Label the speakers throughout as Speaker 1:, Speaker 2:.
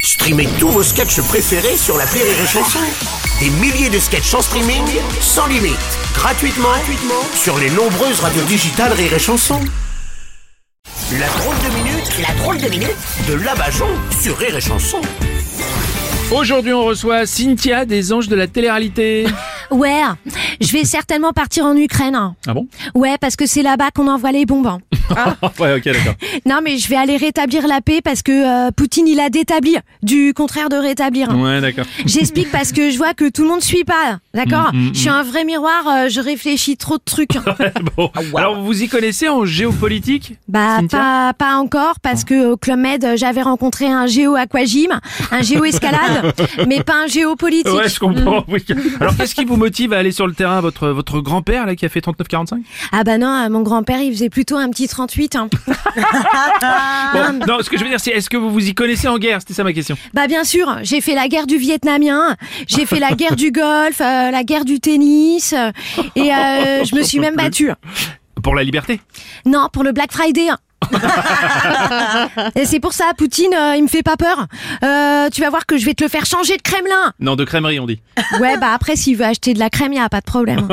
Speaker 1: Streamez tous vos sketchs préférés sur la Rire et Chanson. Des milliers de sketchs en streaming, sans limite, gratuitement, gratuitement sur les nombreuses radios digitales Rire et Chanson. La drôle de minute, la drôle de minute de Labajon sur Rire et Chanson.
Speaker 2: Aujourd'hui, on reçoit Cynthia des Anges de la télé-réalité.
Speaker 3: Ouais, je vais certainement partir en Ukraine. hein.
Speaker 2: Ah bon
Speaker 3: Ouais, parce que c'est là-bas qu'on envoie les bombes. hein.
Speaker 2: Ouais, ok, d'accord.
Speaker 3: Non, mais je vais aller rétablir la paix parce que euh, Poutine, il a détabli, du contraire de rétablir. hein.
Speaker 2: Ouais, d'accord.
Speaker 3: J'explique parce que je vois que tout le monde suit pas, d'accord
Speaker 2: Mm,
Speaker 3: Je suis un vrai miroir, euh, je réfléchis trop de trucs. hein.
Speaker 2: Bon. Alors, vous y connaissez en géopolitique
Speaker 3: Bah,
Speaker 2: Cynthia
Speaker 3: pas, pas encore, parce que au Club Med, euh, j'avais rencontré un géo aquagym, un géo escalade, mais pas un géo politique.
Speaker 2: Ouais, je comprends. oui. Alors, qu'est-ce qui vous motive à aller sur le terrain Votre, votre grand-père, là, qui a fait 39-45
Speaker 3: Ah bah non, euh, mon grand-père, il faisait plutôt un petit 38. hein.
Speaker 2: Bon, Non, ce que je veux dire, c'est est-ce que vous vous y connaissez en guerre C'était ça ma question.
Speaker 3: Bah bien sûr, j'ai fait la guerre du vietnamien, j'ai fait la guerre du golf, euh, la guerre du tennis, euh, et euh, je me suis même battue.
Speaker 2: Pour la liberté
Speaker 3: Non, pour le Black Friday. hein. et c'est pour ça, Poutine, euh, il me fait pas peur. Euh, tu vas voir que je vais te le faire changer de Kremlin.
Speaker 2: Non, de crèmerie, on dit.
Speaker 3: Ouais, bah après, s'il veut acheter de la crème, il a pas de problème.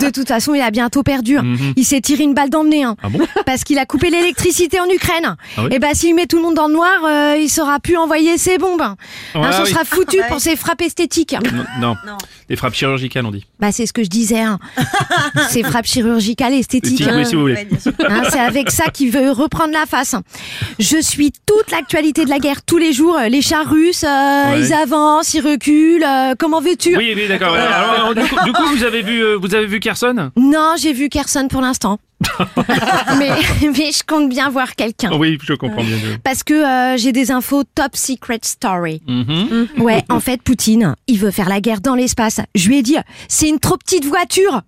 Speaker 3: de toute façon, il a bientôt perdu. hein. Il s'est tiré une balle dans le nez. hein.
Speaker 2: Ah bon
Speaker 3: Parce qu'il a coupé l'électricité en Ukraine.
Speaker 2: Ah oui
Speaker 3: Et bah, s'il met tout le monde dans le noir, euh, il saura plus envoyer ses bombes. Hein,
Speaker 2: Ouais,
Speaker 3: ce
Speaker 2: oui.
Speaker 3: sera foutu pour ses frappes esthétiques.
Speaker 2: non, non. Des frappes chirurgicales, on dit.
Speaker 3: Bah, c'est ce que je disais. Hein. Ces frappes chirurgicales
Speaker 2: Des
Speaker 3: esthétiques.
Speaker 2: tigres,
Speaker 3: hein.
Speaker 2: si vous voulez.
Speaker 3: Hein, c'est avec ça qu'il veut reprendre la face. Je suis toute l'actualité de la guerre tous les jours. Les chars russes, euh,
Speaker 2: Ouais.
Speaker 3: ils avancent, ils reculent. euh, comment veux-tu
Speaker 2: Oui, oui, d'accord. Alors, alors, du, coup, du coup, vous avez vu, euh, vous avez vu Carson
Speaker 3: Non, j'ai vu Kerson pour l'instant. mais, mais je compte bien voir quelqu'un.
Speaker 2: Oui, je comprends bien.
Speaker 3: Parce que euh, j'ai des infos top secret story.
Speaker 2: Mhm.
Speaker 3: Ouais, en fait, Poutine, il veut faire la guerre dans l'espace. Je lui ai dit, c'est une trop petite voiture.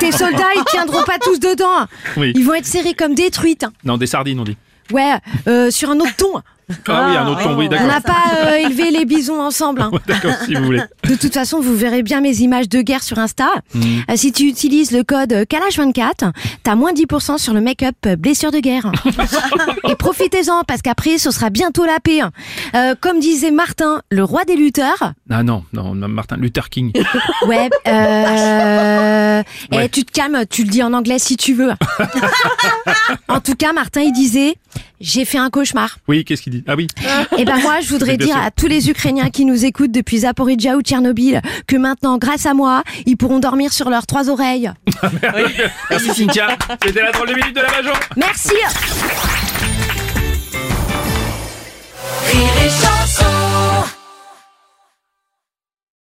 Speaker 3: Tes soldats, ils tiendront pas tous dedans.
Speaker 2: Oui.
Speaker 3: Ils vont être serrés comme des truites. hein.
Speaker 2: Non, des sardines, on dit.
Speaker 3: Ouais, euh, sur un autre ton.
Speaker 2: Ah oui, un autre ton, oui,
Speaker 3: On
Speaker 2: d'accord.
Speaker 3: n'a pas euh, élevé les bisons ensemble. hein.
Speaker 2: D'accord, si vous voulez.
Speaker 3: De toute façon, vous verrez bien mes images de guerre sur Insta. Euh, si tu utilises le code CALAGE24, t'as moins 10% sur le make-up euh, blessure de guerre. Et profitez-en, parce qu'après, ce sera bientôt la paix. Euh, comme disait Martin, le roi des lutteurs.
Speaker 2: Ah non, non, Martin Luther King.
Speaker 3: Ouais, euh...
Speaker 2: Ouais.
Speaker 3: eh, tu te calmes, tu le dis en anglais si tu veux. en tout cas, Martin, il disait, j'ai fait un cauchemar.
Speaker 2: Oui, qu'est-ce qu'il dit Ah oui.
Speaker 3: Eh ben moi, je voudrais
Speaker 2: Mais bien
Speaker 3: dire
Speaker 2: sûr.
Speaker 3: à tous les Ukrainiens qui nous écoutent depuis Zaporizhia ou Tchernobyl que maintenant, grâce à moi, ils pourront dormir sur leurs trois oreilles.
Speaker 2: Merci Cynthia. C'était la drôle de minute de la Bajon.
Speaker 3: Merci.